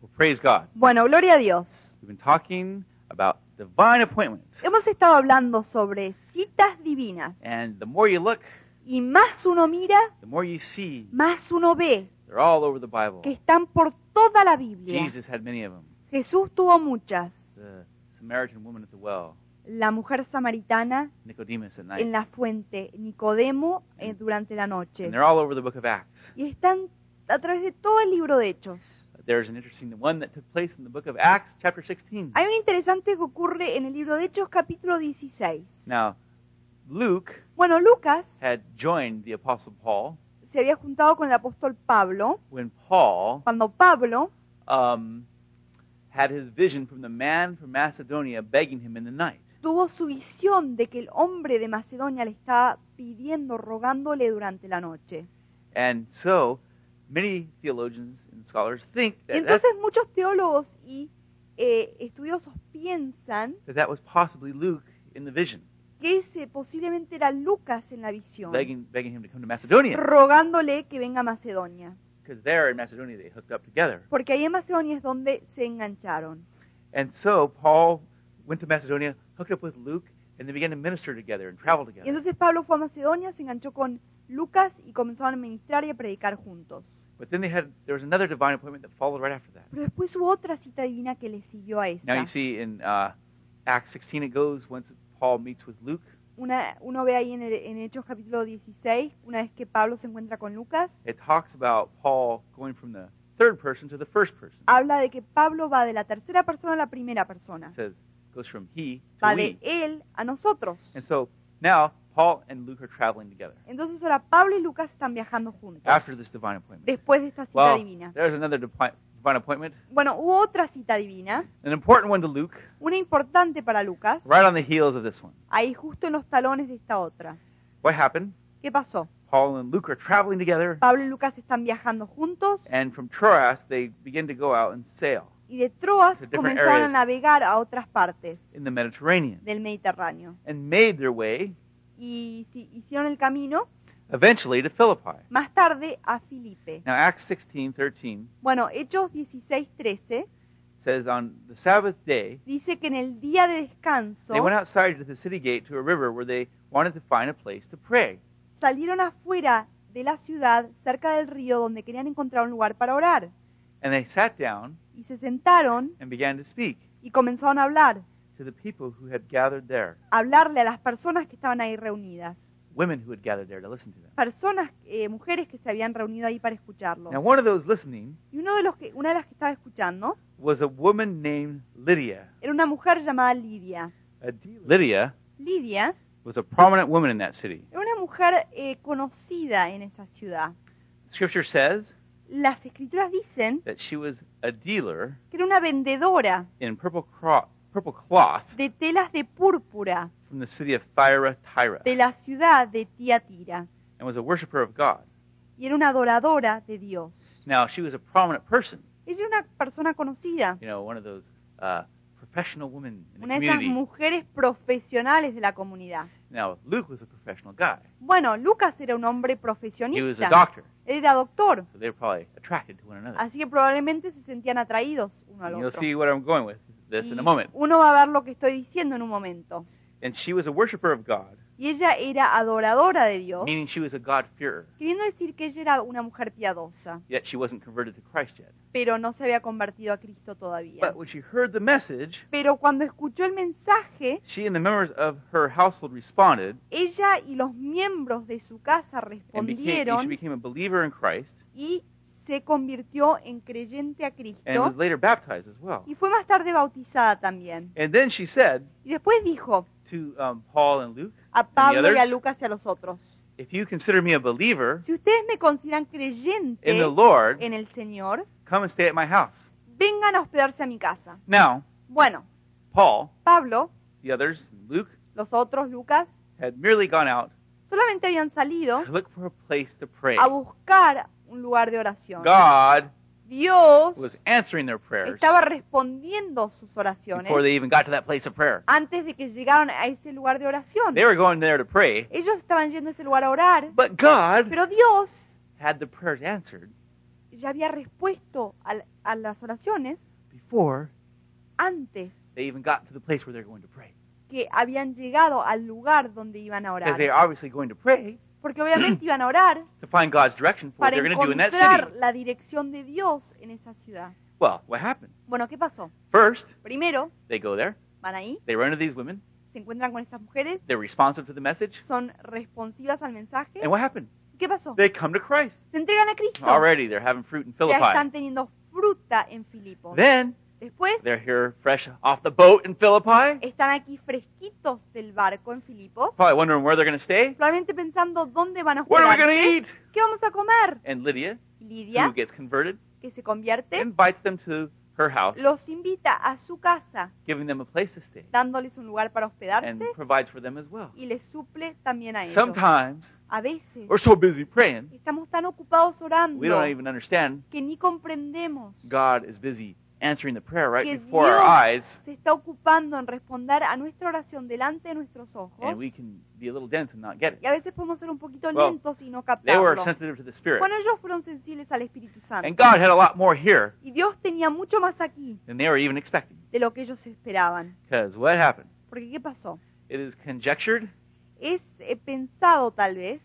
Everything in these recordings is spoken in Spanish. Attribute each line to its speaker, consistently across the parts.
Speaker 1: Well, praise God.
Speaker 2: Bueno, gloria a Dios.
Speaker 1: We've been talking about divine appointments.
Speaker 2: Hemos estado hablando sobre citas divinas
Speaker 1: And the more you look,
Speaker 2: y más uno mira,
Speaker 1: the more you see
Speaker 2: más uno ve
Speaker 1: they're all over the Bible.
Speaker 2: que están por toda la Biblia.
Speaker 1: Jesus had many of them.
Speaker 2: Jesús tuvo muchas.
Speaker 1: The Samaritan woman at the well,
Speaker 2: La mujer samaritana
Speaker 1: Nicodemus at night.
Speaker 2: en la fuente, Nicodemo eh, durante la noche.
Speaker 1: Mm. And they're all over the book of Acts.
Speaker 2: Y están a través de todo el libro de Hechos.
Speaker 1: There's an interesting one that took place in the book of Acts, chapter 16.
Speaker 2: Hay un interesante que ocurre en el libro de Hechos capítulo 16.
Speaker 1: Now, Luke
Speaker 2: Bueno, Lucas
Speaker 1: had joined the Apostle Paul
Speaker 2: se había juntado con el apóstol Pablo
Speaker 1: when Paul
Speaker 2: cuando Pablo
Speaker 1: um, had his vision from the man from Macedonia begging him in the night.
Speaker 2: tuvo su visión de que el hombre de Macedonia le estaba pidiendo, rogándole durante la noche.
Speaker 1: And so, many theologians and scholars think
Speaker 2: Y
Speaker 1: that that,
Speaker 2: entonces muchos teólogos y eh, estudiosos piensan
Speaker 1: that, that was possibly Luke in the vision,
Speaker 2: que ese posiblemente era Lucas en la visión,
Speaker 1: begging, begging him to come to Macedonia.
Speaker 2: rogándole que venga a Macedonia,
Speaker 1: Because there in Macedonia they hooked up together.
Speaker 2: porque ahí en Macedonia es donde se engancharon.
Speaker 1: And so, Paul went to Macedonia, hooked up with Luke, and they began to minister together and travel
Speaker 2: Y
Speaker 1: together.
Speaker 2: entonces Pablo fue a Macedonia, se enganchó con Lucas y comenzaron a ministrar y a predicar juntos.
Speaker 1: But then they had there was another divine appointment that followed right after that.
Speaker 2: Pero después hubo otra cita divina que le siguió a
Speaker 1: Now you
Speaker 2: esa.
Speaker 1: see in uh, Acts 16 it goes once Paul meets with Luke,
Speaker 2: Una- uno ve ahí en, el- en Hechos capítulo 16, una vez que Pablo se encuentra con Lucas,
Speaker 1: it talks about Paul going from the third person to the first person.
Speaker 2: habla de que Pablo va de la tercera persona a la primera persona.
Speaker 1: It says goes from he to
Speaker 2: Va de
Speaker 1: we.
Speaker 2: él a nosotros.
Speaker 1: And so now Paul and Luke are traveling together
Speaker 2: Entonces ahora Pablo y Lucas están viajando juntos
Speaker 1: after this divine appointment.
Speaker 2: después de esta cita
Speaker 1: Well,
Speaker 2: divina.
Speaker 1: there's another divi- divine appointment,
Speaker 2: Bueno, hubo otra cita divina,
Speaker 1: an important one to Luke,
Speaker 2: una importante para Lucas,
Speaker 1: right on the heels of this one.
Speaker 2: ahí justo en los talones de esta otra.
Speaker 1: What happened?
Speaker 2: ¿Qué pasó?
Speaker 1: Paul and Luke are traveling together,
Speaker 2: Pablo y Lucas están viajando juntos
Speaker 1: and from Troas they begin to go out and sail
Speaker 2: y de Troas
Speaker 1: The different
Speaker 2: comenzaron a
Speaker 1: areas.
Speaker 2: navegar a otras partes
Speaker 1: in the Mediterranean
Speaker 2: del Mediterráneo
Speaker 1: and made their way
Speaker 2: y si- hicieron el camino
Speaker 1: eventually to Philippi.
Speaker 2: más tarde a Filipe.
Speaker 1: Now Acts 16:13
Speaker 2: Bueno, Hechos 16:13
Speaker 1: says on the Sabbath day
Speaker 2: dice que en el día de descanso
Speaker 1: they went outside to the city gate to a river where they wanted to find a place to pray.
Speaker 2: salieron afuera de la ciudad, cerca del río, donde querían encontrar un lugar para orar.
Speaker 1: And they sat down
Speaker 2: Y se sentaron
Speaker 1: and began to speak
Speaker 2: y comenzaron a hablar,
Speaker 1: to the people who had gathered there,
Speaker 2: a hablarle a las personas que estaban ahí reunidas,
Speaker 1: women who had gathered there to listen to them.
Speaker 2: personas, eh, mujeres que se habían reunido ahí para escucharlos.
Speaker 1: Now one of those listening
Speaker 2: Y uno de los que, una de las que estaba escuchando
Speaker 1: was a woman named Lydia.
Speaker 2: era una mujer llamada Lidia.
Speaker 1: A dealer. Lydia
Speaker 2: Lidia
Speaker 1: was a prominent woman in that city.
Speaker 2: era una mujer eh, conocida en esa ciudad.
Speaker 1: Scripture says
Speaker 2: Las escrituras dicen
Speaker 1: that she was a dealer
Speaker 2: que era una vendedora
Speaker 1: in purple, cro- purple cloth
Speaker 2: de telas de púrpura
Speaker 1: from the city of Thyra, Tyra,
Speaker 2: de la ciudad de Tiatira
Speaker 1: and was a worshiper of God.
Speaker 2: y era una adoradora de Dios.
Speaker 1: Now she was a prominent person.
Speaker 2: Ella era una persona conocida,
Speaker 1: you know, one of those uh, professional women in the
Speaker 2: una de esas
Speaker 1: community.
Speaker 2: mujeres profesionales de la comunidad.
Speaker 1: Now, Luke was a professional guy.
Speaker 2: Bueno, Lucas era un hombre
Speaker 1: He was a
Speaker 2: profesionista,
Speaker 1: doctor,
Speaker 2: él era doctor,
Speaker 1: so they were probably attracted to one another.
Speaker 2: así que probablemente se sentían atraídos uno al
Speaker 1: And you'll
Speaker 2: otro.
Speaker 1: see what I'm going with this
Speaker 2: Y
Speaker 1: in a moment.
Speaker 2: uno va a ver lo que estoy diciendo en un momento.
Speaker 1: And she was a worshiper of God,
Speaker 2: Y ella era adoradora de Dios,
Speaker 1: meaning she was a God-fearer,
Speaker 2: queriendo decir que ella era una mujer piadosa,
Speaker 1: yet she wasn't converted to Christ yet.
Speaker 2: pero no se había convertido a Cristo todavía.
Speaker 1: But when she heard the message,
Speaker 2: Pero cuando escuchó el mensaje,
Speaker 1: she and the members of her household responded,
Speaker 2: ella y los miembros de su casa
Speaker 1: and, became, and she
Speaker 2: respondieron
Speaker 1: became a believer in Christ,
Speaker 2: y se convirtió en creyente a
Speaker 1: and was
Speaker 2: Cristo
Speaker 1: later baptized as well.
Speaker 2: y fue más tarde bautizada también.
Speaker 1: And then she said
Speaker 2: Y después dijo
Speaker 1: to um, Paul and Luke,
Speaker 2: a Pablo y a
Speaker 1: others?
Speaker 2: Lucas y a los otros,
Speaker 1: "If you consider me a believer
Speaker 2: si ustedes me consideran
Speaker 1: in the
Speaker 2: creyente
Speaker 1: Lord,
Speaker 2: Eh, en el Señor,
Speaker 1: come and stay at my house."
Speaker 2: vengan a hospedarse a mi casa.
Speaker 1: Now,
Speaker 2: Bueno,
Speaker 1: Paul,
Speaker 2: Pablo,
Speaker 1: the others, and Luke,
Speaker 2: los otros, Lucas,
Speaker 1: had merely gone out
Speaker 2: solamente habían salido
Speaker 1: to look for a place to pray.
Speaker 2: a buscar un lugar de oración.
Speaker 1: God
Speaker 2: Dios
Speaker 1: was answering their prayers
Speaker 2: estaba respondiendo sus
Speaker 1: before
Speaker 2: oraciones
Speaker 1: they even got to that place of prayer.
Speaker 2: antes de que llegaron a ese lugar de oración.
Speaker 1: They were going there to pray,
Speaker 2: Ellos estaban yendo a ese lugar a orar,
Speaker 1: but God
Speaker 2: pero Dios
Speaker 1: had the prayers answered
Speaker 2: ya había respuesto al- a las oraciones
Speaker 1: before
Speaker 2: antes
Speaker 1: they even got to the place where they're going to pray.
Speaker 2: que habían llegado al lugar donde iban a
Speaker 1: Because they're
Speaker 2: orar.
Speaker 1: obviously going to pray
Speaker 2: Porque obviamente iban a orar
Speaker 1: to find God's direction for what
Speaker 2: para
Speaker 1: they're going to do in that city.
Speaker 2: encontrar la dirección de Dios en esa ciudad.
Speaker 1: Well, what happened?
Speaker 2: Bueno, ¿qué pasó?
Speaker 1: First,
Speaker 2: Primero,
Speaker 1: they go there,
Speaker 2: van ahí,
Speaker 1: they run into these women,
Speaker 2: se encuentran con estas mujeres,
Speaker 1: they're responsive to the message,
Speaker 2: son responsivas al mensaje.
Speaker 1: and what happened?
Speaker 2: ¿Qué pasó?
Speaker 1: They come to Christ.
Speaker 2: Se entregan a Cristo.
Speaker 1: Already, they're having fruit in
Speaker 2: Ya
Speaker 1: Philippi.
Speaker 2: están teniendo fruta en Filipos.
Speaker 1: Then,
Speaker 2: Después,
Speaker 1: they're here fresh off the boat in Philippi,
Speaker 2: están aquí fresquitos del barco en Filipos,
Speaker 1: probably wondering where they're going to stay.
Speaker 2: probablemente pensando dónde van a
Speaker 1: What are we
Speaker 2: jugar. ¿eh?
Speaker 1: going to eat?
Speaker 2: ¿Qué vamos a comer?
Speaker 1: And Lydia, who
Speaker 2: Lidia,
Speaker 1: gets converted,
Speaker 2: que se convierte,
Speaker 1: invites them to her house,
Speaker 2: los invita a su casa,
Speaker 1: giving them a place to stay,
Speaker 2: dándoles un lugar para
Speaker 1: and
Speaker 2: hospedarse
Speaker 1: provides for them as well.
Speaker 2: y les suple también a ellos.
Speaker 1: Sometimes
Speaker 2: A veces
Speaker 1: we're so busy praying,
Speaker 2: estamos tan ocupados orando
Speaker 1: we don't even understand
Speaker 2: que ni comprendemos
Speaker 1: God is busy answering the prayer right
Speaker 2: que
Speaker 1: before our
Speaker 2: Dios
Speaker 1: eyes,
Speaker 2: se está ocupando en responder a nuestra oración delante de nuestros ojos
Speaker 1: and we can be a little dense and not get
Speaker 2: y
Speaker 1: it.
Speaker 2: a veces podemos ser un poquito
Speaker 1: Well,
Speaker 2: lentos y no
Speaker 1: They were
Speaker 2: captarlo.
Speaker 1: sensitive to the Spirit,
Speaker 2: Bueno, ellos fueron sensibles al Espíritu
Speaker 1: and
Speaker 2: Santo.
Speaker 1: God had a lot more here
Speaker 2: Y Dios tenía mucho más aquí
Speaker 1: than they were even expecting.
Speaker 2: de lo que ellos esperaban.
Speaker 1: Because what happened?
Speaker 2: Porque, ¿qué pasó?
Speaker 1: It is conjectured
Speaker 2: Es eh, pensado, tal vez,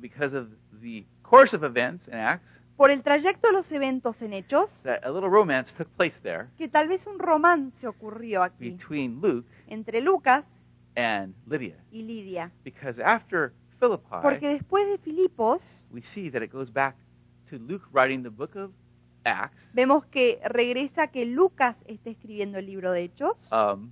Speaker 1: because of the course of events in Acts
Speaker 2: por el trayecto de los eventos en hechos,
Speaker 1: that a little romance took place there
Speaker 2: que tal vez un romance ocurrió aquí
Speaker 1: between Luke
Speaker 2: entre Lucas
Speaker 1: and Lydia.
Speaker 2: y Lidia.
Speaker 1: Because after Philippi,
Speaker 2: Porque después de Filipos,
Speaker 1: we see that it goes back to Luke writing the book of Acts.
Speaker 2: vemos que regresa que Lucas está escribiendo el libro de hechos
Speaker 1: um,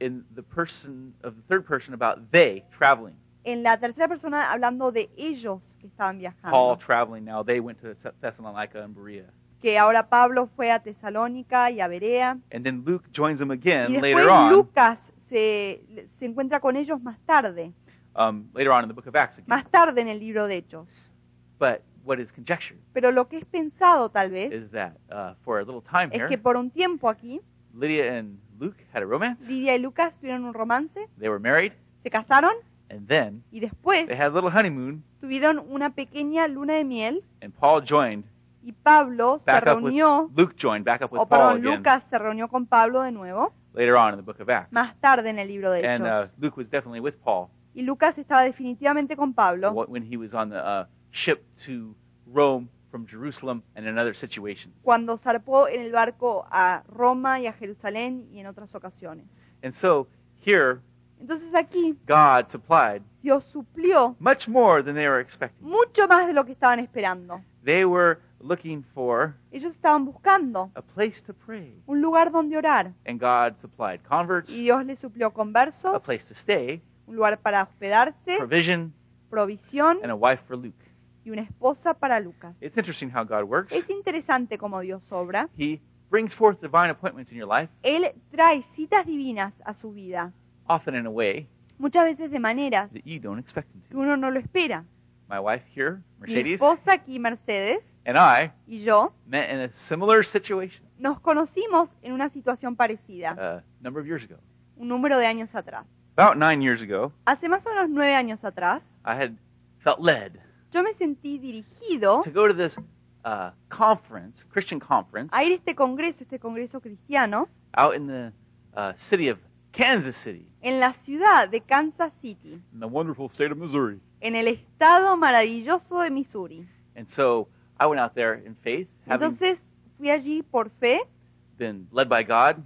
Speaker 1: in the person of the third person about they traveling.
Speaker 2: en la tercera persona hablando de ellos que estaban
Speaker 1: Paul
Speaker 2: viajando.
Speaker 1: traveling now. They went to Thess- Thessalonica and Berea,
Speaker 2: Que ahora Pablo fue a Tesalónica y a Berea.
Speaker 1: and then Luke joins them
Speaker 2: Y
Speaker 1: again
Speaker 2: después
Speaker 1: later on.
Speaker 2: Lucas se, se encuentra con ellos más tarde,
Speaker 1: Um, later on in the book of Acts again.
Speaker 2: más tarde en el libro de Hechos.
Speaker 1: But what is conjectured
Speaker 2: Pero lo que es pensado tal vez
Speaker 1: is that uh, for a little time
Speaker 2: es
Speaker 1: here,
Speaker 2: que por un tiempo aquí,
Speaker 1: Lydia and Luke had a romance.
Speaker 2: Lidia y Lucas tuvieron un romance,
Speaker 1: They were married,
Speaker 2: se casaron
Speaker 1: and then
Speaker 2: y después
Speaker 1: they had a little honeymoon,
Speaker 2: tuvieron una pequeña luna de miel
Speaker 1: and Paul joined
Speaker 2: y Pablo se
Speaker 1: back up with
Speaker 2: reunió,
Speaker 1: Luke joined back up with
Speaker 2: o
Speaker 1: Paul
Speaker 2: perdón,
Speaker 1: again
Speaker 2: Lucas se reunió con Pablo de nuevo,
Speaker 1: later on in the book of Acts.
Speaker 2: más tarde en el libro de
Speaker 1: And uh,
Speaker 2: Hechos.
Speaker 1: Luke was definitely with Paul
Speaker 2: Y Lucas estaba definitivamente con Pablo
Speaker 1: wh- when he was on the uh, ship to Rome from Jerusalem and in other situations.
Speaker 2: cuando zarpó en el barco a Roma y a Jerusalén y en otras ocasiones.
Speaker 1: And so here,
Speaker 2: Entonces aquí
Speaker 1: God supplied
Speaker 2: Dios suplió
Speaker 1: much more than they were expecting.
Speaker 2: mucho más de lo que estaban esperando.
Speaker 1: They were looking for
Speaker 2: Ellos estaban buscando
Speaker 1: a place to pray,
Speaker 2: un lugar donde orar
Speaker 1: and God supplied converts,
Speaker 2: y Dios les suplió
Speaker 1: a
Speaker 2: conversos,
Speaker 1: place to stay,
Speaker 2: un lugar para hospedarse,
Speaker 1: provision,
Speaker 2: provisión
Speaker 1: and a wife for Luke.
Speaker 2: y una esposa para Lucas.
Speaker 1: It's interesting how God works.
Speaker 2: Es interesante cómo Dios obra.
Speaker 1: He brings forth divine appointments in your life,
Speaker 2: Él trae citas divinas a su vida,
Speaker 1: often in a way
Speaker 2: muchas veces de maneras
Speaker 1: that you don't expect him
Speaker 2: que
Speaker 1: to.
Speaker 2: uno no lo espera.
Speaker 1: My wife here,
Speaker 2: Mi
Speaker 1: Mercedes,
Speaker 2: esposa aquí, Mercedes,
Speaker 1: and I
Speaker 2: y yo
Speaker 1: met in a similar situation
Speaker 2: nos conocimos en una situación parecida,
Speaker 1: uh, a number of years ago.
Speaker 2: un número de años atrás.
Speaker 1: About nine years ago,
Speaker 2: Hace más o menos nueve años atrás,
Speaker 1: I had felt led
Speaker 2: yo me sentí dirigido
Speaker 1: to go to this uh, conference, Christian conference,
Speaker 2: a ir a este congreso, este congreso cristiano,
Speaker 1: out in the uh, city of Kansas City,
Speaker 2: en la ciudad de Kansas City,
Speaker 1: in the wonderful state of Missouri.
Speaker 2: en el estado maravilloso de Missouri.
Speaker 1: And so I went out there in faith, having
Speaker 2: Entonces fui allí por fe,
Speaker 1: been led by God,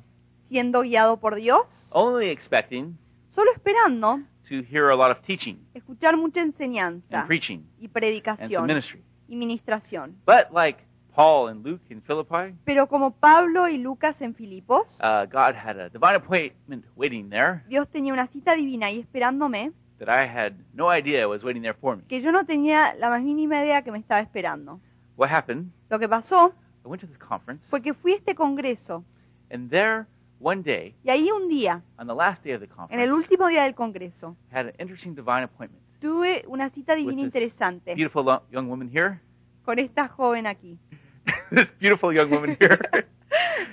Speaker 2: siendo guiado por Dios,
Speaker 1: only expecting
Speaker 2: solo esperando
Speaker 1: to hear a lot of teaching
Speaker 2: escuchar mucha
Speaker 1: and
Speaker 2: enseñanza
Speaker 1: preaching
Speaker 2: y
Speaker 1: and some
Speaker 2: predicación
Speaker 1: ministry.
Speaker 2: y ministración.
Speaker 1: But like Paul and Luke in Philippi,
Speaker 2: Pero como Pablo y Lucas en Filipos,
Speaker 1: uh, God had a divine appointment waiting there
Speaker 2: Dios tenía una cita divina y esperándome
Speaker 1: that I had no idea was waiting there for me.
Speaker 2: que yo no tenía la más mínima idea que me estaba esperando.
Speaker 1: What happened?
Speaker 2: Lo que pasó
Speaker 1: I went to this conference,
Speaker 2: fue que fui a este congreso
Speaker 1: and there one day,
Speaker 2: y ahí un día,
Speaker 1: on the last day of the
Speaker 2: en el
Speaker 1: conference,
Speaker 2: último día del congreso,
Speaker 1: had an interesting divine appointment.
Speaker 2: tuve una cita divina
Speaker 1: With this
Speaker 2: interesante
Speaker 1: Beautiful lo- young woman here.
Speaker 2: con esta joven aquí,
Speaker 1: this beautiful young woman here,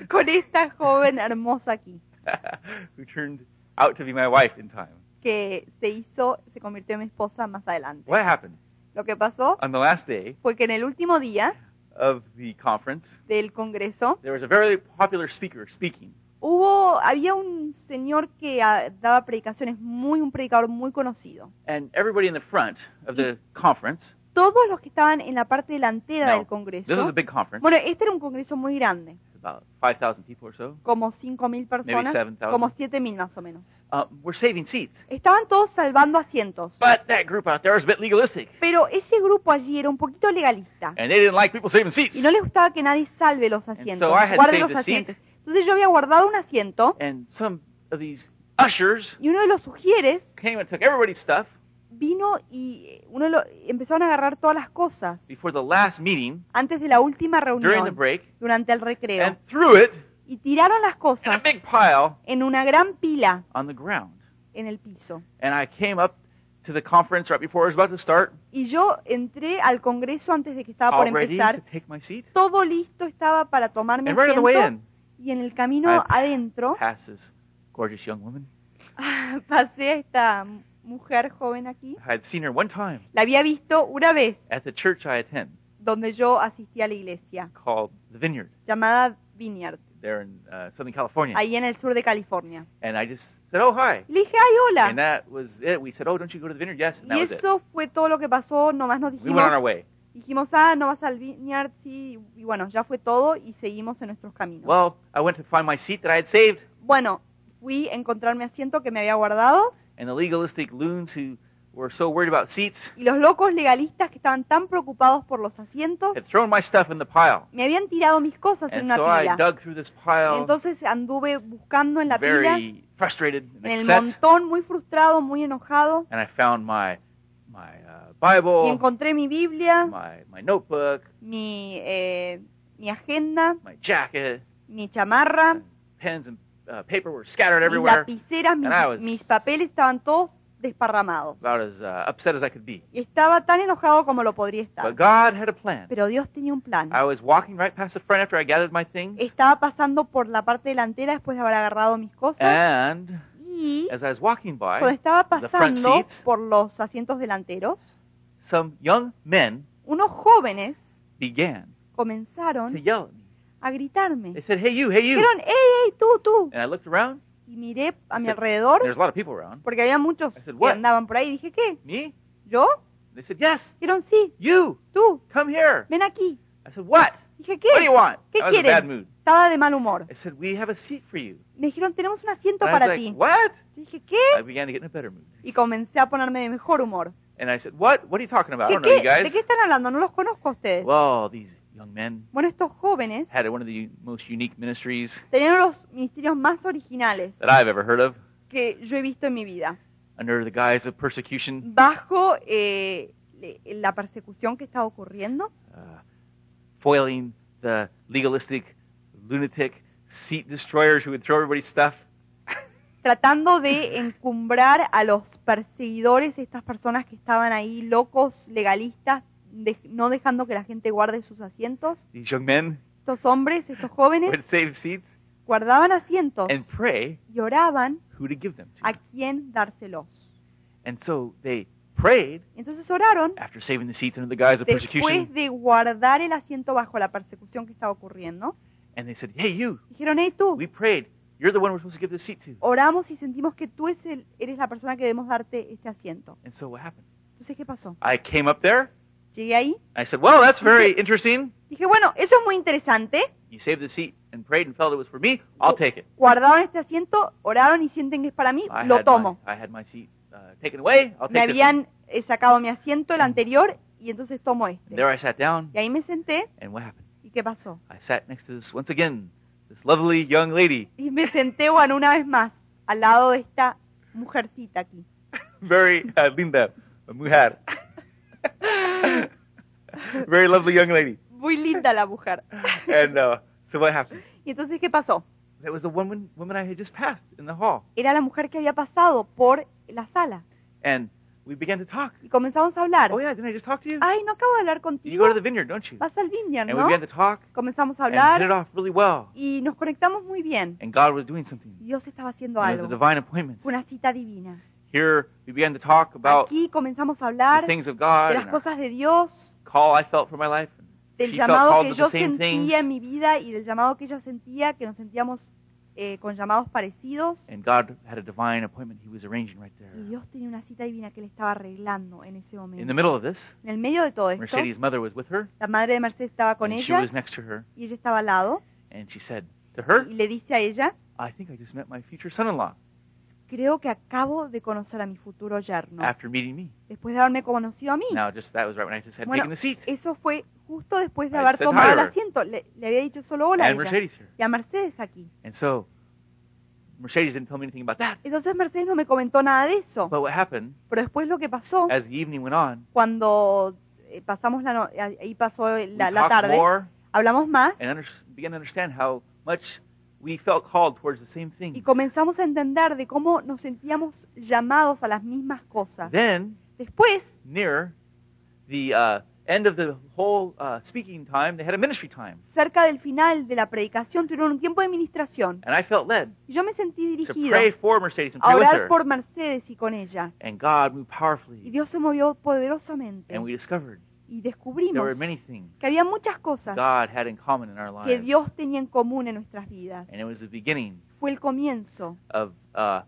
Speaker 2: con esta joven hermosa aquí,
Speaker 1: who turned out to be my wife in time.
Speaker 2: que se hizo, se convirtió en mi esposa más adelante.
Speaker 1: What happened?
Speaker 2: Lo que pasó
Speaker 1: On the last day,
Speaker 2: fue que en el último día,
Speaker 1: of the conference,
Speaker 2: del Congreso,
Speaker 1: there was a very popular speaker speaking.
Speaker 2: hubo, había un señor que ah, daba predicaciones, muy, un predicador muy conocido.
Speaker 1: And everybody in the front of the conference,
Speaker 2: Todos los que estaban en la parte delantera
Speaker 1: No,
Speaker 2: del Congreso,
Speaker 1: this was a big conference,
Speaker 2: bueno, este era un Congreso muy grande,
Speaker 1: about 5,000 people or so,
Speaker 2: como 5.000 personas,
Speaker 1: Maybe 7,000.
Speaker 2: como 7.000 más o menos.
Speaker 1: uh, were saving seats.
Speaker 2: Estaban todos salvando asientos,
Speaker 1: But that group out there was a bit legalistic,
Speaker 2: pero ese grupo allí era un poquito legalista.
Speaker 1: and they didn't like people saving seats.
Speaker 2: y no le gustaba que nadie salve los asientos,
Speaker 1: so I had
Speaker 2: guarde
Speaker 1: saved
Speaker 2: los
Speaker 1: a seat.
Speaker 2: asientos. Entonces yo había guardado un asiento
Speaker 1: And some of these ushers
Speaker 2: y uno de los sugieres
Speaker 1: came and took everybody's stuff
Speaker 2: vino y eh, uno de los- empezaron a agarrar todas las cosas
Speaker 1: before the last meeting
Speaker 2: antes de la última
Speaker 1: during the
Speaker 2: reunión,
Speaker 1: break
Speaker 2: durante el recreo,
Speaker 1: and threw it
Speaker 2: y tiraron las
Speaker 1: in a
Speaker 2: cosas
Speaker 1: big pile
Speaker 2: en una gran pila
Speaker 1: on the ground.
Speaker 2: en el piso.
Speaker 1: And I came up to the conference right before it was about to start,
Speaker 2: Y yo entré al Congreso antes de que estaba por
Speaker 1: all ready
Speaker 2: empezar,
Speaker 1: to take my seat.
Speaker 2: todo listo estaba para tomar mi
Speaker 1: And right on the way
Speaker 2: asiento,
Speaker 1: in,
Speaker 2: y en el camino
Speaker 1: I-
Speaker 2: adentro
Speaker 1: past this gorgeous young woman.
Speaker 2: pasé a esta mujer joven aquí.
Speaker 1: I had seen her one time
Speaker 2: La había visto una vez
Speaker 1: at the church I attend
Speaker 2: donde yo asistí a la iglesia,
Speaker 1: called the Vineyard
Speaker 2: llamada Vineyard,
Speaker 1: there in uh, Southern California.
Speaker 2: ahí en el sur de California.
Speaker 1: And I just said, oh, hi.
Speaker 2: Y Le dije, ay,
Speaker 1: And
Speaker 2: hola.
Speaker 1: that was it. We said, oh, don't you go to the Vineyard? Yes, and that
Speaker 2: Y
Speaker 1: was it.
Speaker 2: eso fue todo lo que pasó, nomás nos
Speaker 1: We went on our
Speaker 2: dijimos,
Speaker 1: way.
Speaker 2: dijimos, ah, no vas al Vineyard, sí, y bueno, ya fue todo y seguimos en nuestros caminos.
Speaker 1: Well, I went to find my seat that I had saved,
Speaker 2: Bueno, fui a encontrar mi asiento que me había guardado
Speaker 1: and the legalistic loons who were so worried about seats
Speaker 2: y los locos legalistas que estaban tan preocupados por los asientos
Speaker 1: had thrown my stuff in the pile.
Speaker 2: me habían tirado mis cosas en
Speaker 1: And
Speaker 2: una
Speaker 1: so I
Speaker 2: pila.
Speaker 1: dug through this
Speaker 2: Y
Speaker 1: pile,
Speaker 2: entonces anduve buscando en la pila,
Speaker 1: very frustrated and
Speaker 2: en el
Speaker 1: upset,
Speaker 2: montón, muy frustrado, muy enojado,
Speaker 1: and I found my my uh,
Speaker 2: y
Speaker 1: Bible,
Speaker 2: encontré mi Biblia,
Speaker 1: my my notebook,
Speaker 2: mi, eh, mi agenda,
Speaker 1: my jacket,
Speaker 2: mi chamarra,
Speaker 1: pens and uh, paper were scattered
Speaker 2: mis
Speaker 1: everywhere.
Speaker 2: lapiceras, mis,
Speaker 1: And I was-
Speaker 2: mis papeles estaban todos desparramados.
Speaker 1: About as uh, upset as I could be.
Speaker 2: Y estaba tan enojado como lo podría
Speaker 1: But
Speaker 2: estar.
Speaker 1: God had a plan.
Speaker 2: Pero Dios tenía un plan.
Speaker 1: I was walking right past the front after I gathered my things,
Speaker 2: Estaba pasando por la parte delantera después de haber agarrado mis cosas
Speaker 1: and
Speaker 2: y
Speaker 1: as I was walking
Speaker 2: cuando
Speaker 1: by,
Speaker 2: estaba
Speaker 1: the front
Speaker 2: pasando
Speaker 1: seats.
Speaker 2: por los asientos delanteros,
Speaker 1: some young men
Speaker 2: unos jóvenes
Speaker 1: began to
Speaker 2: comenzaron
Speaker 1: yell at me.
Speaker 2: a
Speaker 1: They
Speaker 2: gritarme.
Speaker 1: said, "Hey, you! Hey, you!"
Speaker 2: Dijeron, ¡Ey, ey, tú, tú!
Speaker 1: And I looked around.
Speaker 2: Y miré a mi
Speaker 1: Said-
Speaker 2: alrededor
Speaker 1: There's a lot of people around.
Speaker 2: porque había muchos
Speaker 1: I said,
Speaker 2: que
Speaker 1: "What?"
Speaker 2: andaban por ahí. Dije, ¿qué?
Speaker 1: Me?
Speaker 2: ¿Yo?
Speaker 1: They said, "Yes,
Speaker 2: Dijeron, sí,
Speaker 1: you.
Speaker 2: tú,
Speaker 1: Come here."
Speaker 2: ven aquí.
Speaker 1: I said, "What?
Speaker 2: Dije,
Speaker 1: What do
Speaker 2: ¿qué?
Speaker 1: you want?"
Speaker 2: ¿Qué
Speaker 1: I was in a bad
Speaker 2: quieren?
Speaker 1: mood.
Speaker 2: Estaba de mal humor.
Speaker 1: I said, "We have a seat for you."
Speaker 2: Me dijeron, tenemos un asiento
Speaker 1: And I was
Speaker 2: para
Speaker 1: like,
Speaker 2: ti.
Speaker 1: "What?"
Speaker 2: Yo Dije, ¿qué?
Speaker 1: I began to get in a better mood.
Speaker 2: Y comencé a ponerme de mejor humor.
Speaker 1: And I said, "What? What are you talking about? I
Speaker 2: ¿Qué,
Speaker 1: don't know you
Speaker 2: qué- ¿De
Speaker 1: guys."
Speaker 2: qué están hablando? No los conozco a ustedes.
Speaker 1: Well, these young men
Speaker 2: Bueno, estos jóvenes
Speaker 1: had one of the most unique ministries
Speaker 2: tenían uno de los ministerios más originales
Speaker 1: that I've ever heard of.
Speaker 2: que yo he visto en mi vida.
Speaker 1: Under the guise of persecution,
Speaker 2: Bajo eh, le- la persecución que estaba ocurriendo,
Speaker 1: uh, foiling the legalistic, lunatic seat destroyers who would throw everybody's stuff.
Speaker 2: tratando de encumbrar a los perseguidores, estas personas que estaban ahí locos, legalistas, de- no dejando que la gente guarde sus asientos.
Speaker 1: These young men
Speaker 2: Estos hombres, estos jóvenes,
Speaker 1: would save seats
Speaker 2: guardaban asientos
Speaker 1: and pray
Speaker 2: y oraban
Speaker 1: who to give them to.
Speaker 2: a quién dárselos.
Speaker 1: And so they prayed
Speaker 2: Entonces oraron
Speaker 1: after saving the seats under Ah, the guise of
Speaker 2: después
Speaker 1: persecution,
Speaker 2: de guardar el asiento bajo la persecución que estaba ocurriendo.
Speaker 1: and they said, "Hey, you!
Speaker 2: Dijeron, hey tú,
Speaker 1: We prayed. You're the one we're supposed to give this seat to."
Speaker 2: oramos y sentimos que tú es el- eres la persona que debemos darte este asiento.
Speaker 1: And so what happened?
Speaker 2: Entonces, ¿qué pasó?
Speaker 1: I came up there.
Speaker 2: Llegué ahí,
Speaker 1: I said, "Well, that's very interesting.
Speaker 2: dije, bueno, eso es muy interesante.
Speaker 1: You saved the seat and prayed and felt it was for me.
Speaker 2: Oh.
Speaker 1: I'll take it."
Speaker 2: Guardaron este asiento, oraron y sienten que es para mí,
Speaker 1: I
Speaker 2: lo
Speaker 1: had my,
Speaker 2: tomo.
Speaker 1: I had my seat uh, taken away. I'll
Speaker 2: Me
Speaker 1: take this one.
Speaker 2: habían eh, sacado mi asiento, el anterior, y entonces tomo
Speaker 1: And
Speaker 2: este.
Speaker 1: there I Eh. sat down.
Speaker 2: Y ahí me senté,
Speaker 1: And what happened?
Speaker 2: ¿y qué pasó?
Speaker 1: I sat next to this once again, this lovely young lady,
Speaker 2: Y me senté, bueno, una vez más, al lado de esta mujercita aquí.
Speaker 1: very uh, linda, mujer, very lovely young lady.
Speaker 2: Muy linda la mujer.
Speaker 1: And uh, so what happened?
Speaker 2: Y entonces, ¿qué pasó?
Speaker 1: It was the woman woman I had just passed in the hall,
Speaker 2: Era la mujer que había pasado por la sala.
Speaker 1: and we began to talk.
Speaker 2: Y comenzamos a hablar.
Speaker 1: Oh yeah, didn't I just talk to you?
Speaker 2: Ay, no acabo de hablar
Speaker 1: You go
Speaker 2: contigo.
Speaker 1: to the vineyard, don't you?
Speaker 2: Vas al vineyard,
Speaker 1: And we
Speaker 2: ¿no?
Speaker 1: began to talk
Speaker 2: Comenzamos a
Speaker 1: and hit it
Speaker 2: hablar
Speaker 1: off really well.
Speaker 2: y nos conectamos muy bien.
Speaker 1: And God was doing something.
Speaker 2: Dios estaba haciendo
Speaker 1: And it was a
Speaker 2: algo.
Speaker 1: divine appointment.
Speaker 2: Fue Una cita divina.
Speaker 1: Here we began to talk about
Speaker 2: Aquí comenzamos a
Speaker 1: the
Speaker 2: hablar de
Speaker 1: things of God
Speaker 2: las
Speaker 1: and our
Speaker 2: cosas de Dios,
Speaker 1: call I felt for my life, and
Speaker 2: del
Speaker 1: She felt
Speaker 2: llamado
Speaker 1: called
Speaker 2: que
Speaker 1: to
Speaker 2: yo
Speaker 1: the same
Speaker 2: sentía
Speaker 1: things.
Speaker 2: en mi vida y del llamado que ella sentía, que nos sentíamos eh, con llamados parecidos.
Speaker 1: And God had a divine appointment he was arranging right
Speaker 2: Y
Speaker 1: there.
Speaker 2: Dios tenía una cita divina que le estaba arreglando en ese
Speaker 1: In the
Speaker 2: momento.
Speaker 1: middle of this,
Speaker 2: En el medio de todo esto,
Speaker 1: Mercedes' mother was with her,
Speaker 2: la madre de Mercedes estaba con
Speaker 1: and she
Speaker 2: ella
Speaker 1: was next to her,
Speaker 2: y ella estaba al lado
Speaker 1: and she said to her,
Speaker 2: y le dice a ella,
Speaker 1: I think I just met my future son-in-law
Speaker 2: creo que acabo de conocer a mi futuro yerno,
Speaker 1: after meeting me.
Speaker 2: después de haberme conocido a mí.
Speaker 1: Now, just that was right when I just had
Speaker 2: Bueno,
Speaker 1: taken the seat.
Speaker 2: Eso fue justo después de
Speaker 1: I
Speaker 2: haber
Speaker 1: said
Speaker 2: tomado
Speaker 1: hi
Speaker 2: el
Speaker 1: to her.
Speaker 2: asiento. Le, le había dicho solo hola a
Speaker 1: And
Speaker 2: ella.
Speaker 1: Mercedes here.
Speaker 2: Y a Mercedes aquí.
Speaker 1: And so, Mercedes didn't tell me anything about that.
Speaker 2: Entonces Mercedes no me comentó nada de eso.
Speaker 1: But what happened,
Speaker 2: Pero después lo que pasó,
Speaker 1: as the evening went on,
Speaker 2: cuando eh, pasamos la no- ahí pasó
Speaker 1: we
Speaker 2: la, la
Speaker 1: talked
Speaker 2: tarde,
Speaker 1: more
Speaker 2: hablamos más
Speaker 1: and under- began to understand how much we felt called towards the same
Speaker 2: y
Speaker 1: thing.
Speaker 2: comenzamos a entender de cómo nos sentíamos llamados a las mismas cosas.
Speaker 1: Then,
Speaker 2: Después,
Speaker 1: near the uh, end of the whole uh, speaking time, they had a ministry time.
Speaker 2: cerca del final de la predicación, tuvieron un tiempo de administración.
Speaker 1: And I felt led
Speaker 2: Y Yo me sentí
Speaker 1: to
Speaker 2: dirigido
Speaker 1: pray for Mercedes and
Speaker 2: a
Speaker 1: pray with
Speaker 2: orar
Speaker 1: her.
Speaker 2: por Mercedes y con ella.
Speaker 1: And God moved
Speaker 2: Y
Speaker 1: powerfully.
Speaker 2: Dios se movió poderosamente.
Speaker 1: And we discovered
Speaker 2: Y
Speaker 1: there
Speaker 2: descubrimos
Speaker 1: were many things
Speaker 2: que había muchas cosas
Speaker 1: God had in common in our
Speaker 2: que
Speaker 1: lives.
Speaker 2: Dios tenía en común en nuestras vidas.
Speaker 1: And it was the beginning
Speaker 2: Fue el comienzo
Speaker 1: of uh,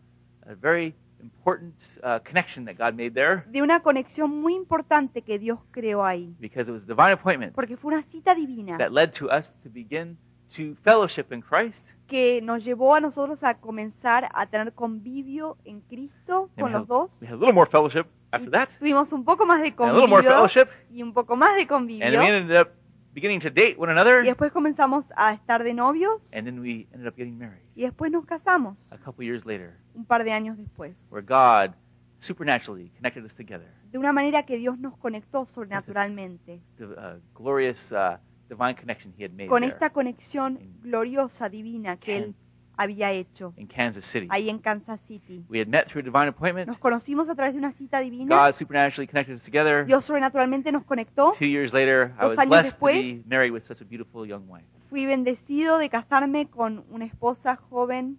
Speaker 1: a very important uh, connection that God made there
Speaker 2: de una conexión muy importante que Dios creó ahí.
Speaker 1: because it was a divine appointment
Speaker 2: Porque fue una cita divina
Speaker 1: that led to us to begin to fellowship in Christ.
Speaker 2: que nos llevó a nosotros a comenzar a tener convivio en Cristo
Speaker 1: And
Speaker 2: con
Speaker 1: we had,
Speaker 2: los dos.
Speaker 1: we had a little more fellowship
Speaker 2: Y
Speaker 1: after that,
Speaker 2: tuvimos un poco más de
Speaker 1: and a little more
Speaker 2: convivio
Speaker 1: fellowship,
Speaker 2: y un poco más de
Speaker 1: and then we
Speaker 2: convivio.
Speaker 1: ended up beginning to date one
Speaker 2: Y
Speaker 1: another,
Speaker 2: después comenzamos a estar de novios
Speaker 1: and then we ended up getting married
Speaker 2: y después nos casamos
Speaker 1: a couple years later,
Speaker 2: un par de años después.
Speaker 1: where God supernaturally connected us together.
Speaker 2: De una manera que Dios nos conectó sobrenaturalmente.
Speaker 1: The uh, glorious uh, divine connection He had made
Speaker 2: con
Speaker 1: there
Speaker 2: esta conexión gloriosa, divina que él había hecho
Speaker 1: in Kansas City.
Speaker 2: ahí en Kansas City.
Speaker 1: We had met through a divine appointment.
Speaker 2: Nos conocimos a través de una cita divina.
Speaker 1: God supernaturally connected us together.
Speaker 2: Dios sobrenaturalmente nos conectó.
Speaker 1: Two years later, I
Speaker 2: Dos
Speaker 1: was
Speaker 2: años
Speaker 1: blessed to
Speaker 2: después.
Speaker 1: be married with such a beautiful young wife.
Speaker 2: Fui bendecido de casarme con una esposa joven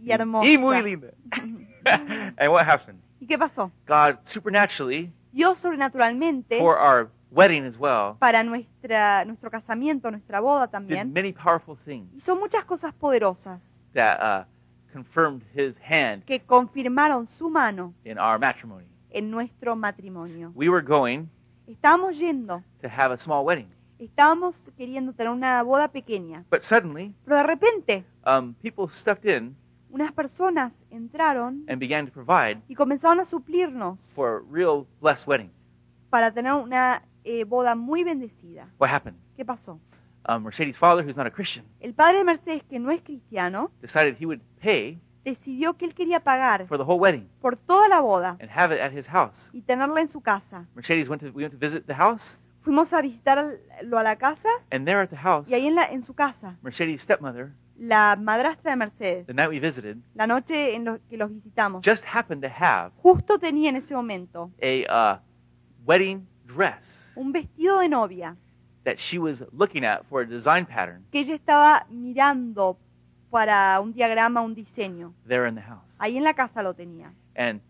Speaker 2: y hermosa.
Speaker 1: Y muy linda. and what happened?
Speaker 2: ¿Y qué pasó?
Speaker 1: God supernaturally,
Speaker 2: Dios sobrenaturalmente,
Speaker 1: for our wedding as well,
Speaker 2: para nuestra, nuestro casamiento, nuestra boda
Speaker 1: did
Speaker 2: también,
Speaker 1: many powerful things
Speaker 2: hizo muchas cosas poderosas
Speaker 1: that uh, confirmed His hand
Speaker 2: que confirmaron su mano
Speaker 1: in our matrimony.
Speaker 2: en nuestro matrimonio.
Speaker 1: We were going
Speaker 2: Estábamos yendo,
Speaker 1: to have a small wedding,
Speaker 2: estábamos queriendo tener una boda pequeña.
Speaker 1: but suddenly,
Speaker 2: Pero de repente,
Speaker 1: um, people stepped in
Speaker 2: unas personas entraron
Speaker 1: and began to provide
Speaker 2: y comenzaron a suplirnos
Speaker 1: for a real blessed wedding.
Speaker 2: para tener una eh, boda muy bendecida.
Speaker 1: What happened?
Speaker 2: ¿Qué pasó?
Speaker 1: Um, Mercedes' father, who's not a Christian,
Speaker 2: El padre de Mercedes, que no es cristiano,
Speaker 1: decided he would pay
Speaker 2: decidió que él quería pagar
Speaker 1: for the whole wedding
Speaker 2: por toda la boda
Speaker 1: and have it at his house.
Speaker 2: y tenerla en su casa.
Speaker 1: Mercedes went to we went to visit the house,
Speaker 2: Fuimos a visitarlo a la casa
Speaker 1: and there at the house,
Speaker 2: y ahí en, la, en su casa,
Speaker 1: Mercedes' stepmother,
Speaker 2: la madrastra de Mercedes,
Speaker 1: the night we visited,
Speaker 2: la noche en lo que los visitamos,
Speaker 1: just happened to have
Speaker 2: justo tenía en ese momento
Speaker 1: a uh, wedding dress
Speaker 2: un vestido de novia
Speaker 1: that she was looking at for a design pattern
Speaker 2: que ella estaba mirando para un diagrama, un diseño.
Speaker 1: there in the house.
Speaker 2: Ahí en la casa lo tenía.
Speaker 1: And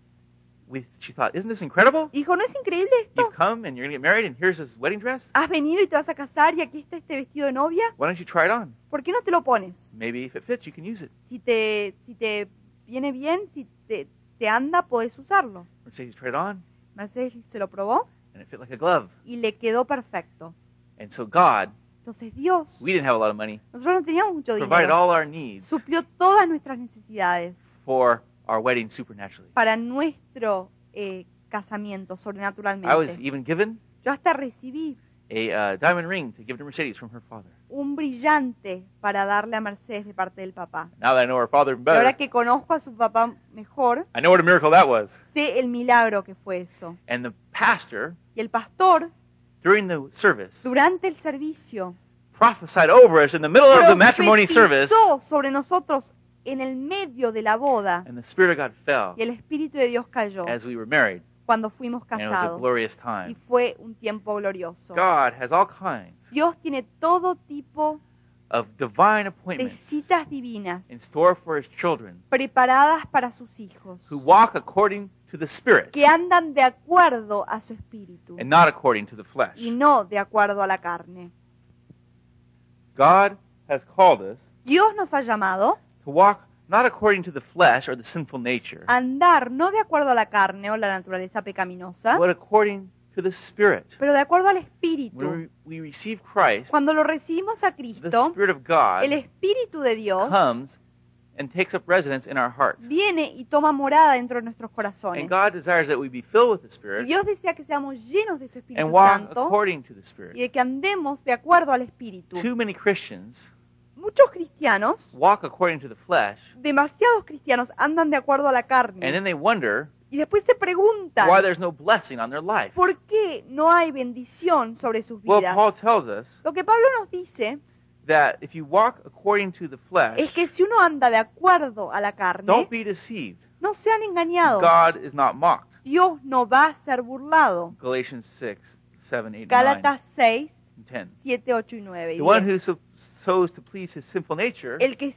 Speaker 1: we, she thought, isn't this incredible?
Speaker 2: Dijo, ¿no es increíble esto?
Speaker 1: You've come and you're going to get married, and here's this wedding dress.
Speaker 2: Has venido y te vas a casar y aquí está este vestido de novia.
Speaker 1: Why don't you try it on?
Speaker 2: ¿Por qué no te lo pones?
Speaker 1: Maybe if it fits, you can use it.
Speaker 2: Si te, si te viene bien, si te, te anda, podés usarlo.
Speaker 1: Mercedes tried it on,
Speaker 2: Mercedes se lo probó
Speaker 1: and it fit like a glove.
Speaker 2: y le quedó perfecto.
Speaker 1: And so God,
Speaker 2: Entonces Dios,
Speaker 1: we didn't have a lot of money,
Speaker 2: nosotros no teníamos mucho
Speaker 1: provided
Speaker 2: dinero,
Speaker 1: all our needs
Speaker 2: suplió todas nuestras necesidades
Speaker 1: for our wedding supernaturally.
Speaker 2: para nuestro eh, casamiento
Speaker 1: I was
Speaker 2: sobrenaturalmente.
Speaker 1: even given
Speaker 2: Yo hasta recibí
Speaker 1: a uh, diamond ring to give to Mercedes from her father.
Speaker 2: un brillante para darle a Mercedes de parte del papá.
Speaker 1: Now that I know her father
Speaker 2: Y ahora
Speaker 1: better,
Speaker 2: que conozco a su papá mejor,
Speaker 1: I know what a miracle that was.
Speaker 2: sé el milagro que fue eso.
Speaker 1: And the pastor,
Speaker 2: Y el pastor,
Speaker 1: during the service,
Speaker 2: durante el servicio,
Speaker 1: prophesied over us in the middle of the matrimony service,
Speaker 2: profetizó sobre nosotros en el medio de la boda.
Speaker 1: and the Spirit of God fell
Speaker 2: Y el Espíritu de Dios cayó
Speaker 1: as we were married,
Speaker 2: cuando fuimos
Speaker 1: and it was a
Speaker 2: casados.
Speaker 1: glorious
Speaker 2: Y
Speaker 1: time.
Speaker 2: fue un tiempo glorioso.
Speaker 1: God has all kinds
Speaker 2: Dios tiene todo tipo
Speaker 1: of divine
Speaker 2: de
Speaker 1: appointments
Speaker 2: citas divinas
Speaker 1: in store for His children
Speaker 2: preparadas para sus hijos,
Speaker 1: who walk according to the Spirit
Speaker 2: que andan de acuerdo a su espíritu
Speaker 1: and not according to the flesh.
Speaker 2: y no de acuerdo a la carne.
Speaker 1: God has called us
Speaker 2: Dios nos ha llamado
Speaker 1: to walk not according to the flesh or the sinful nature,
Speaker 2: a andar no de acuerdo a la carne o la naturaleza pecaminosa,
Speaker 1: but according to the Spirit.
Speaker 2: pero de acuerdo al
Speaker 1: When
Speaker 2: Espíritu.
Speaker 1: we- we receive Christ,
Speaker 2: Cuando lo recibimos a
Speaker 1: the
Speaker 2: Cristo,
Speaker 1: Spirit of God
Speaker 2: el Espíritu de Dios
Speaker 1: comes and takes up residence in our hearts.
Speaker 2: viene y toma morada dentro de nuestros
Speaker 1: And
Speaker 2: corazones.
Speaker 1: God desires that we be filled with the
Speaker 2: Y
Speaker 1: Spirit
Speaker 2: Dios desea que seamos llenos de su
Speaker 1: and
Speaker 2: Espíritu
Speaker 1: walk
Speaker 2: Santo
Speaker 1: according to the
Speaker 2: y
Speaker 1: Spirit.
Speaker 2: de que andemos de acuerdo al Espíritu.
Speaker 1: Too many Christians
Speaker 2: Muchos cristianos,
Speaker 1: walk according to the flesh,
Speaker 2: demasiados cristianos, andan de acuerdo a la
Speaker 1: and
Speaker 2: carne
Speaker 1: then they wonder
Speaker 2: y después se preguntan
Speaker 1: why there's no blessing on their life.
Speaker 2: por qué no hay bendición sobre sus
Speaker 1: Well,
Speaker 2: vidas.
Speaker 1: Paul tells us
Speaker 2: Lo que Pablo nos dice
Speaker 1: that if you walk according to the flesh,
Speaker 2: es que si uno anda de acuerdo a la carne,
Speaker 1: don't be deceived.
Speaker 2: no sean engañados.
Speaker 1: God is not mocked.
Speaker 2: Dios no va a ser burlado.
Speaker 1: Galatians 6, 7, 8, 9,
Speaker 2: Gálatas 6,
Speaker 1: and 10.
Speaker 2: 7, 8 y 9. y
Speaker 1: The one
Speaker 2: 10.
Speaker 1: who so- sows to please his sinful nature
Speaker 2: El que
Speaker 1: or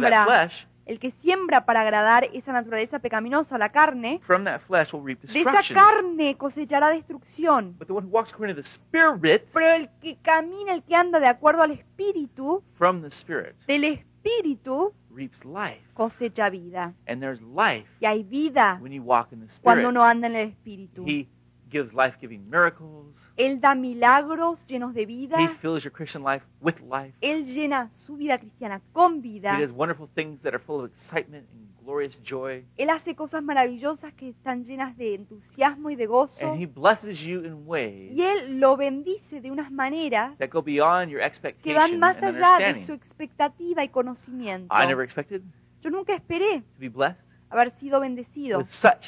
Speaker 1: that
Speaker 2: siembra,
Speaker 1: flesh,
Speaker 2: el que siembra para agradar esa naturaleza pecaminosa, la carne,
Speaker 1: from that flesh will reap
Speaker 2: de esa
Speaker 1: destruction.
Speaker 2: carne cosechará destrucción.
Speaker 1: But the one who walks according to the Spirit,
Speaker 2: Pero el que camina, el que anda de acuerdo al espíritu,
Speaker 1: from the Spirit,
Speaker 2: del espíritu
Speaker 1: reaps life.
Speaker 2: cosecha vida.
Speaker 1: And there's life
Speaker 2: Y hay vida
Speaker 1: when you walk in the
Speaker 2: Ah. cuando
Speaker 1: Spirit.
Speaker 2: uno anda en el espíritu.
Speaker 1: He gives life giving miracles.
Speaker 2: Él da milagros llenos de
Speaker 1: He
Speaker 2: vida.
Speaker 1: fills your Christian life with life.
Speaker 2: Él llena su vida cristiana con vida.
Speaker 1: He does wonderful things that are full of excitement and glorious joy.
Speaker 2: Él hace cosas maravillosas que están llenas de entusiasmo y de gozo.
Speaker 1: And He blesses you in ways
Speaker 2: Y Él lo bendice de unas maneras
Speaker 1: that go beyond your
Speaker 2: que
Speaker 1: expectations
Speaker 2: van
Speaker 1: and
Speaker 2: más allá de su
Speaker 1: understanding.
Speaker 2: expectativa y conocimiento.
Speaker 1: I never expected
Speaker 2: Yo nunca esperé
Speaker 1: to be blessed
Speaker 2: haber sido bendecido
Speaker 1: with such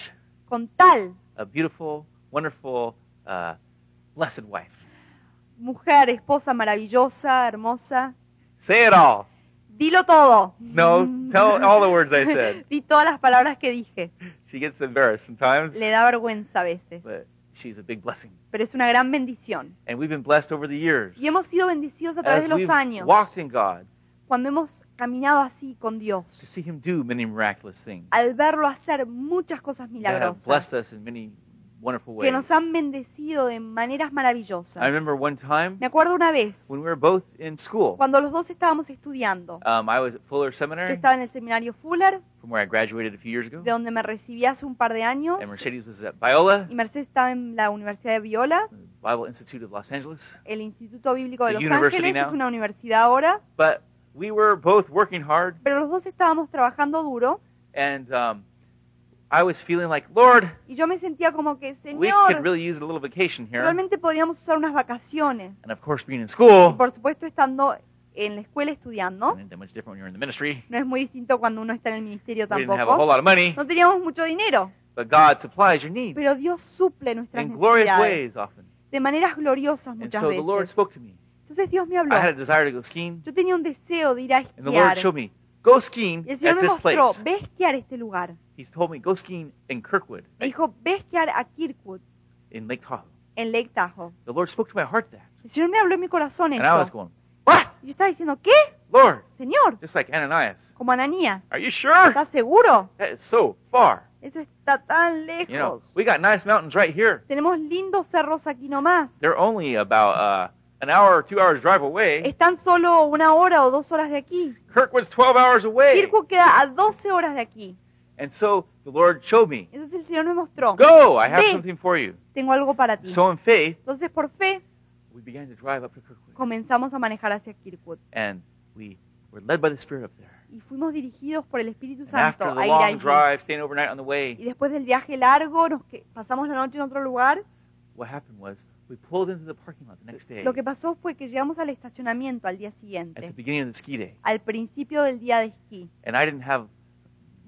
Speaker 2: con tal
Speaker 1: a beautiful, wonderful, uh, blessed wife.
Speaker 2: mujer, esposa maravillosa, hermosa.
Speaker 1: Say it all.
Speaker 2: Dilo todo.
Speaker 1: No, tell all the words I said.
Speaker 2: Di todas las palabras que dije.
Speaker 1: She gets embarrassed sometimes,
Speaker 2: Le da vergüenza a veces,
Speaker 1: but she's a big blessing.
Speaker 2: pero es una gran bendición.
Speaker 1: And we've been blessed over the years.
Speaker 2: Y hemos sido bendecidos a través
Speaker 1: As
Speaker 2: de
Speaker 1: we've
Speaker 2: los años,
Speaker 1: walked in God
Speaker 2: cuando hemos caminado así con Dios,
Speaker 1: to see Him do many miraculous things
Speaker 2: al verlo hacer muchas cosas
Speaker 1: that have
Speaker 2: milagrosas,
Speaker 1: blessed us in many wonderful
Speaker 2: que
Speaker 1: ways.
Speaker 2: nos han bendecido de maneras maravillosas.
Speaker 1: I remember one time
Speaker 2: Me acuerdo una vez,
Speaker 1: when we were both in school.
Speaker 2: cuando los dos estábamos estudiando,
Speaker 1: Um, I was at Fuller
Speaker 2: yo
Speaker 1: Seminary,
Speaker 2: estaba en el seminario Fuller,
Speaker 1: from where I graduated a few years ago,
Speaker 2: de donde me recibí hace un par de años,
Speaker 1: and Mercedes was at Biola,
Speaker 2: y Mercedes estaba en la Universidad de Viola,
Speaker 1: Bible Institute of Los Angeles.
Speaker 2: el Instituto Bíblico de
Speaker 1: It's a
Speaker 2: Los
Speaker 1: university
Speaker 2: Ángeles, que
Speaker 1: now.
Speaker 2: es una universidad ahora,
Speaker 1: But we were both working hard,
Speaker 2: pero los dos estábamos trabajando duro
Speaker 1: and um, I was feeling like, Lord,
Speaker 2: y yo me sentía como que,
Speaker 1: we
Speaker 2: Señor,
Speaker 1: could really use a little vacation here.
Speaker 2: realmente podíamos usar unas vacaciones.
Speaker 1: And of course, being in
Speaker 2: Y
Speaker 1: school,
Speaker 2: por supuesto estando en la escuela estudiando,
Speaker 1: it ain't that much different when you're in the ministry.
Speaker 2: no es muy distinto cuando uno está en el ministerio
Speaker 1: We didn't have a whole
Speaker 2: tampoco.
Speaker 1: lot of money,
Speaker 2: No teníamos mucho dinero,
Speaker 1: but God supplies your needs
Speaker 2: pero Dios suple nuestras
Speaker 1: in glorious
Speaker 2: necesidades
Speaker 1: ways often.
Speaker 2: de maneras gloriosas
Speaker 1: And
Speaker 2: muchas
Speaker 1: so the Lord
Speaker 2: veces.
Speaker 1: spoke to me.
Speaker 2: Entonces Dios me habló.
Speaker 1: I had a desire to go skiing,
Speaker 2: Yo tenía un deseo de ir a
Speaker 1: and the Lord
Speaker 2: esquiar.
Speaker 1: showed me, go skiing
Speaker 2: Y el
Speaker 1: at
Speaker 2: Señor me
Speaker 1: this
Speaker 2: mostró,
Speaker 1: place.
Speaker 2: ve a esquiar este lugar.
Speaker 1: He told me, go skiing in Kirkwood,
Speaker 2: Me dijo, ve a esquiar a Kirkwood,
Speaker 1: in Lake Tahoe.
Speaker 2: en Lake Tahoe.
Speaker 1: The Lord spoke to my heart that.
Speaker 2: El Señor me habló en mi corazón
Speaker 1: And I was
Speaker 2: eso.
Speaker 1: going, What?
Speaker 2: Y yo estaba diciendo, ¿qué?
Speaker 1: Lord,
Speaker 2: Señor,
Speaker 1: just like Ananias.
Speaker 2: como Ananías,
Speaker 1: Are you sure?
Speaker 2: ¿estás seguro?
Speaker 1: That is so far.
Speaker 2: Eso está tan
Speaker 1: You know,
Speaker 2: lejos.
Speaker 1: we got nice mountains right here.
Speaker 2: Tenemos lindos cerros aquí nomás.
Speaker 1: They're only about uh, an hour or two hours drive away.
Speaker 2: Están solo una hora o dos horas de aquí.
Speaker 1: Kirkwood's 12 hours away.
Speaker 2: Kirkwood queda a 12 horas de aquí.
Speaker 1: And so the Lord showed me,
Speaker 2: Entonces el Señor me mostró,
Speaker 1: Go, I have
Speaker 2: Ve.
Speaker 1: something for you.
Speaker 2: tengo algo para ti.
Speaker 1: So in faith,
Speaker 2: Entonces por fe
Speaker 1: we began to drive up to Kirkwood.
Speaker 2: comenzamos a manejar hacia Kirkwood
Speaker 1: And we were led by the Spirit up there.
Speaker 2: y fuimos dirigidos por el Espíritu
Speaker 1: And
Speaker 2: Santo
Speaker 1: after the
Speaker 2: a ir allí.
Speaker 1: long drive, staying overnight on the way,
Speaker 2: Y después del viaje largo, nos que- pasamos la noche en otro lugar.
Speaker 1: what happened was we pulled into the parking lot the next day
Speaker 2: Lo que pasó fue que llegamos al estacionamiento al día
Speaker 1: at the
Speaker 2: siguiente,
Speaker 1: beginning of the ski day.
Speaker 2: al principio del día de esquí.
Speaker 1: and I didn't have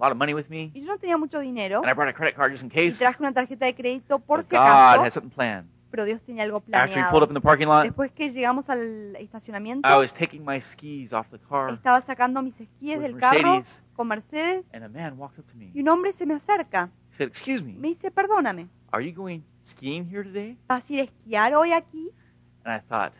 Speaker 1: a lot of money with me,
Speaker 2: Y yo no tenía mucho dinero
Speaker 1: and I brought a credit card just in
Speaker 2: y
Speaker 1: case.
Speaker 2: traje una tarjeta de crédito por
Speaker 1: But
Speaker 2: si
Speaker 1: God had
Speaker 2: acaso,
Speaker 1: something planned.
Speaker 2: pero Dios tenía algo
Speaker 1: After we pulled up
Speaker 2: planeado.
Speaker 1: in the parking lot,
Speaker 2: Después que llegamos al estacionamiento,
Speaker 1: I was taking my skis off the car
Speaker 2: Estaba sacando mis esquíes
Speaker 1: with
Speaker 2: del carro
Speaker 1: Mercedes,
Speaker 2: con Mercedes
Speaker 1: and a man walked up to me.
Speaker 2: y
Speaker 1: He
Speaker 2: un hombre se me acerca.
Speaker 1: said, "Excuse me,
Speaker 2: Me dice, perdóname,
Speaker 1: are you going skiing here today?"
Speaker 2: ¿vas a ir a esquiar hoy aquí?
Speaker 1: And I thought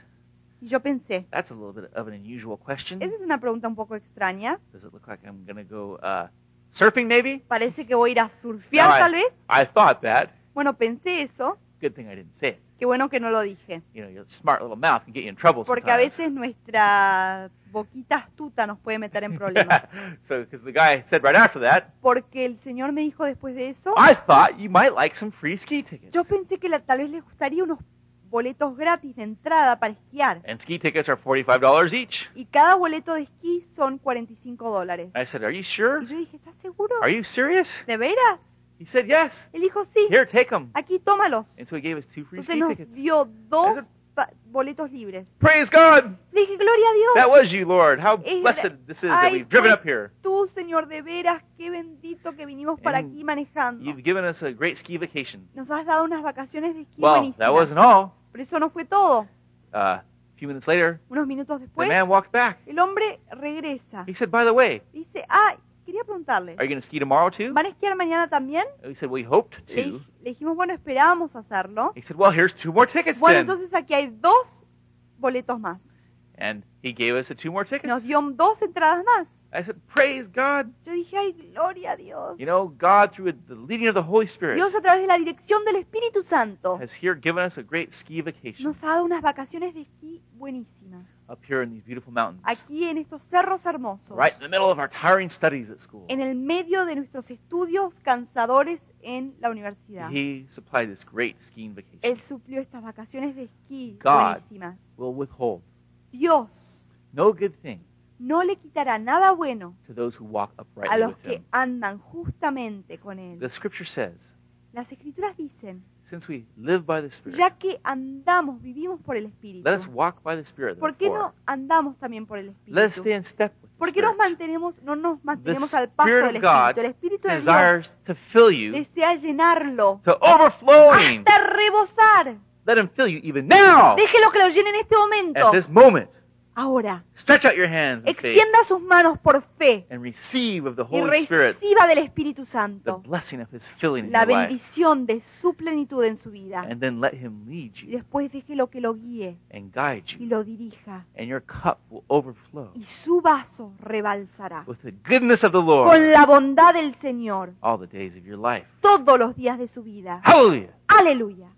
Speaker 2: Y yo pensé,
Speaker 1: that's a little bit of an unusual question.
Speaker 2: esa es una pregunta un poco extraña.
Speaker 1: Does it look like I'm gonna go uh, surfing? Maybe.
Speaker 2: Parece que voy a ir a surfear
Speaker 1: No, I-
Speaker 2: tal vez.
Speaker 1: I thought that.
Speaker 2: Bueno, pensé eso.
Speaker 1: Good thing I didn't say it.
Speaker 2: Qué bueno que no lo dije.
Speaker 1: You know, your smart little mouth can get you in trouble
Speaker 2: Porque a
Speaker 1: sometimes.
Speaker 2: veces nuestra boquita astuta nos puede meter en problemas.
Speaker 1: so, because the guy said right after that,
Speaker 2: Porque el señor me dijo después de eso,
Speaker 1: I thought you might like some free ski tickets.
Speaker 2: yo pensé que la- tal vez les gustaría unos boletos gratis de entrada para esquiar.
Speaker 1: And ski tickets are $45 each.
Speaker 2: Y cada boleto de esquí son 45 dólares.
Speaker 1: I said, Are you sure?
Speaker 2: Y yo dije, ¿estás seguro?
Speaker 1: Are you serious?
Speaker 2: ¿De veras?
Speaker 1: He said, Yes.
Speaker 2: Él dijo, sí,
Speaker 1: Here, take them.
Speaker 2: aquí tómalos.
Speaker 1: And so he gave us two free
Speaker 2: Entonces
Speaker 1: ski
Speaker 2: nos
Speaker 1: tickets.
Speaker 2: dio dos
Speaker 1: Eso-
Speaker 2: pa- boletos libres.
Speaker 1: Praise God!
Speaker 2: Le dije, gloria a
Speaker 1: That
Speaker 2: Dios.
Speaker 1: was you, Lord. How
Speaker 2: Eh,
Speaker 1: blessed this is
Speaker 2: ay,
Speaker 1: that we've driven
Speaker 2: fue-
Speaker 1: up here.
Speaker 2: Tú, Señor, de veras, qué bendito que vinimos para
Speaker 1: And
Speaker 2: aquí manejando.
Speaker 1: You've given us a great ski vacation.
Speaker 2: Nos has dado unas vacaciones de esquí
Speaker 1: Well, that
Speaker 2: buenísimas.
Speaker 1: wasn't all.
Speaker 2: Pero eso no fue todo.
Speaker 1: Uh, a few minutes later,
Speaker 2: Unos minutos
Speaker 1: the
Speaker 2: después,
Speaker 1: man walked back.
Speaker 2: el hombre regresa.
Speaker 1: He said, By the way,
Speaker 2: Dice, ah, quería preguntarle,
Speaker 1: are you going to ski tomorrow too?
Speaker 2: ¿van a esquiar mañana también?
Speaker 1: We said, We hoped to.
Speaker 2: Le, dij- le dijimos, bueno, esperábamos hacerlo.
Speaker 1: He said, Well, here's two more tickets
Speaker 2: Bueno,
Speaker 1: then.
Speaker 2: entonces aquí hay dos boletos más.
Speaker 1: And he gave us the two more tickets.
Speaker 2: Nos dio dos entradas más.
Speaker 1: I said, Praise God.
Speaker 2: Yo dije, ay, gloria a Dios.
Speaker 1: You know, God, through the leading of the Holy Spirit,
Speaker 2: Dios a través de la dirección del Espíritu Santo
Speaker 1: has here given us a great ski vacation
Speaker 2: nos ha dado unas vacaciones de esquí buenísimas.
Speaker 1: up here in these beautiful mountains.
Speaker 2: Aquí en estos cerros hermosos.
Speaker 1: Right in the middle of our tiring studies at school.
Speaker 2: En el medio de nuestros estudios cansadores en la universidad.
Speaker 1: He supplied this great skiing vacation.
Speaker 2: Él suplió estas vacaciones de esquí
Speaker 1: God.
Speaker 2: buenísimas.
Speaker 1: Will withhold
Speaker 2: Dios
Speaker 1: no good thing
Speaker 2: no le quitará nada bueno
Speaker 1: to those who walk
Speaker 2: a
Speaker 1: uprightly
Speaker 2: los
Speaker 1: with
Speaker 2: que
Speaker 1: him.
Speaker 2: andan justamente con
Speaker 1: The
Speaker 2: Él.
Speaker 1: scripture says,
Speaker 2: Las escrituras dicen,
Speaker 1: since we live by the Spirit,
Speaker 2: ya que andamos, vivimos por el Espíritu,
Speaker 1: let us walk by the Spirit.
Speaker 2: ¿por qué
Speaker 1: Therefore,
Speaker 2: no andamos también por el
Speaker 1: let us
Speaker 2: Espíritu?
Speaker 1: stay in step with the
Speaker 2: ¿Por qué nos
Speaker 1: Spirit.
Speaker 2: mantenemos, no nos mantenemos
Speaker 1: The
Speaker 2: al paso
Speaker 1: Spirit
Speaker 2: del
Speaker 1: of God
Speaker 2: Espíritu? El Espíritu de Dios
Speaker 1: Desires to fill you
Speaker 2: desea llenarlo
Speaker 1: to overflowing.
Speaker 2: hasta rebosar.
Speaker 1: Let him fill you even now.
Speaker 2: Déjelo que lo llene en este momento.
Speaker 1: Oh. At this moment,
Speaker 2: Ahora,
Speaker 1: stretch out your hands in faith
Speaker 2: extienda sus manos por fe
Speaker 1: and receive of the
Speaker 2: y
Speaker 1: Holy Spirit
Speaker 2: reciba del Espíritu
Speaker 1: the
Speaker 2: Santo
Speaker 1: blessing of His filling in
Speaker 2: la
Speaker 1: your life.
Speaker 2: bendición de su plenitud en su vida.
Speaker 1: And then let Him lead
Speaker 2: Y
Speaker 1: you
Speaker 2: después déjelo que lo guíe
Speaker 1: and guide
Speaker 2: y
Speaker 1: you,
Speaker 2: lo dirija.
Speaker 1: and your cup will overflow
Speaker 2: Y su vaso rebalsará
Speaker 1: with the goodness of the
Speaker 2: con
Speaker 1: Lord
Speaker 2: la bondad del Señor
Speaker 1: all the days of your life.
Speaker 2: todos los días de su vida.
Speaker 1: Hallelujah.
Speaker 2: Aleluya.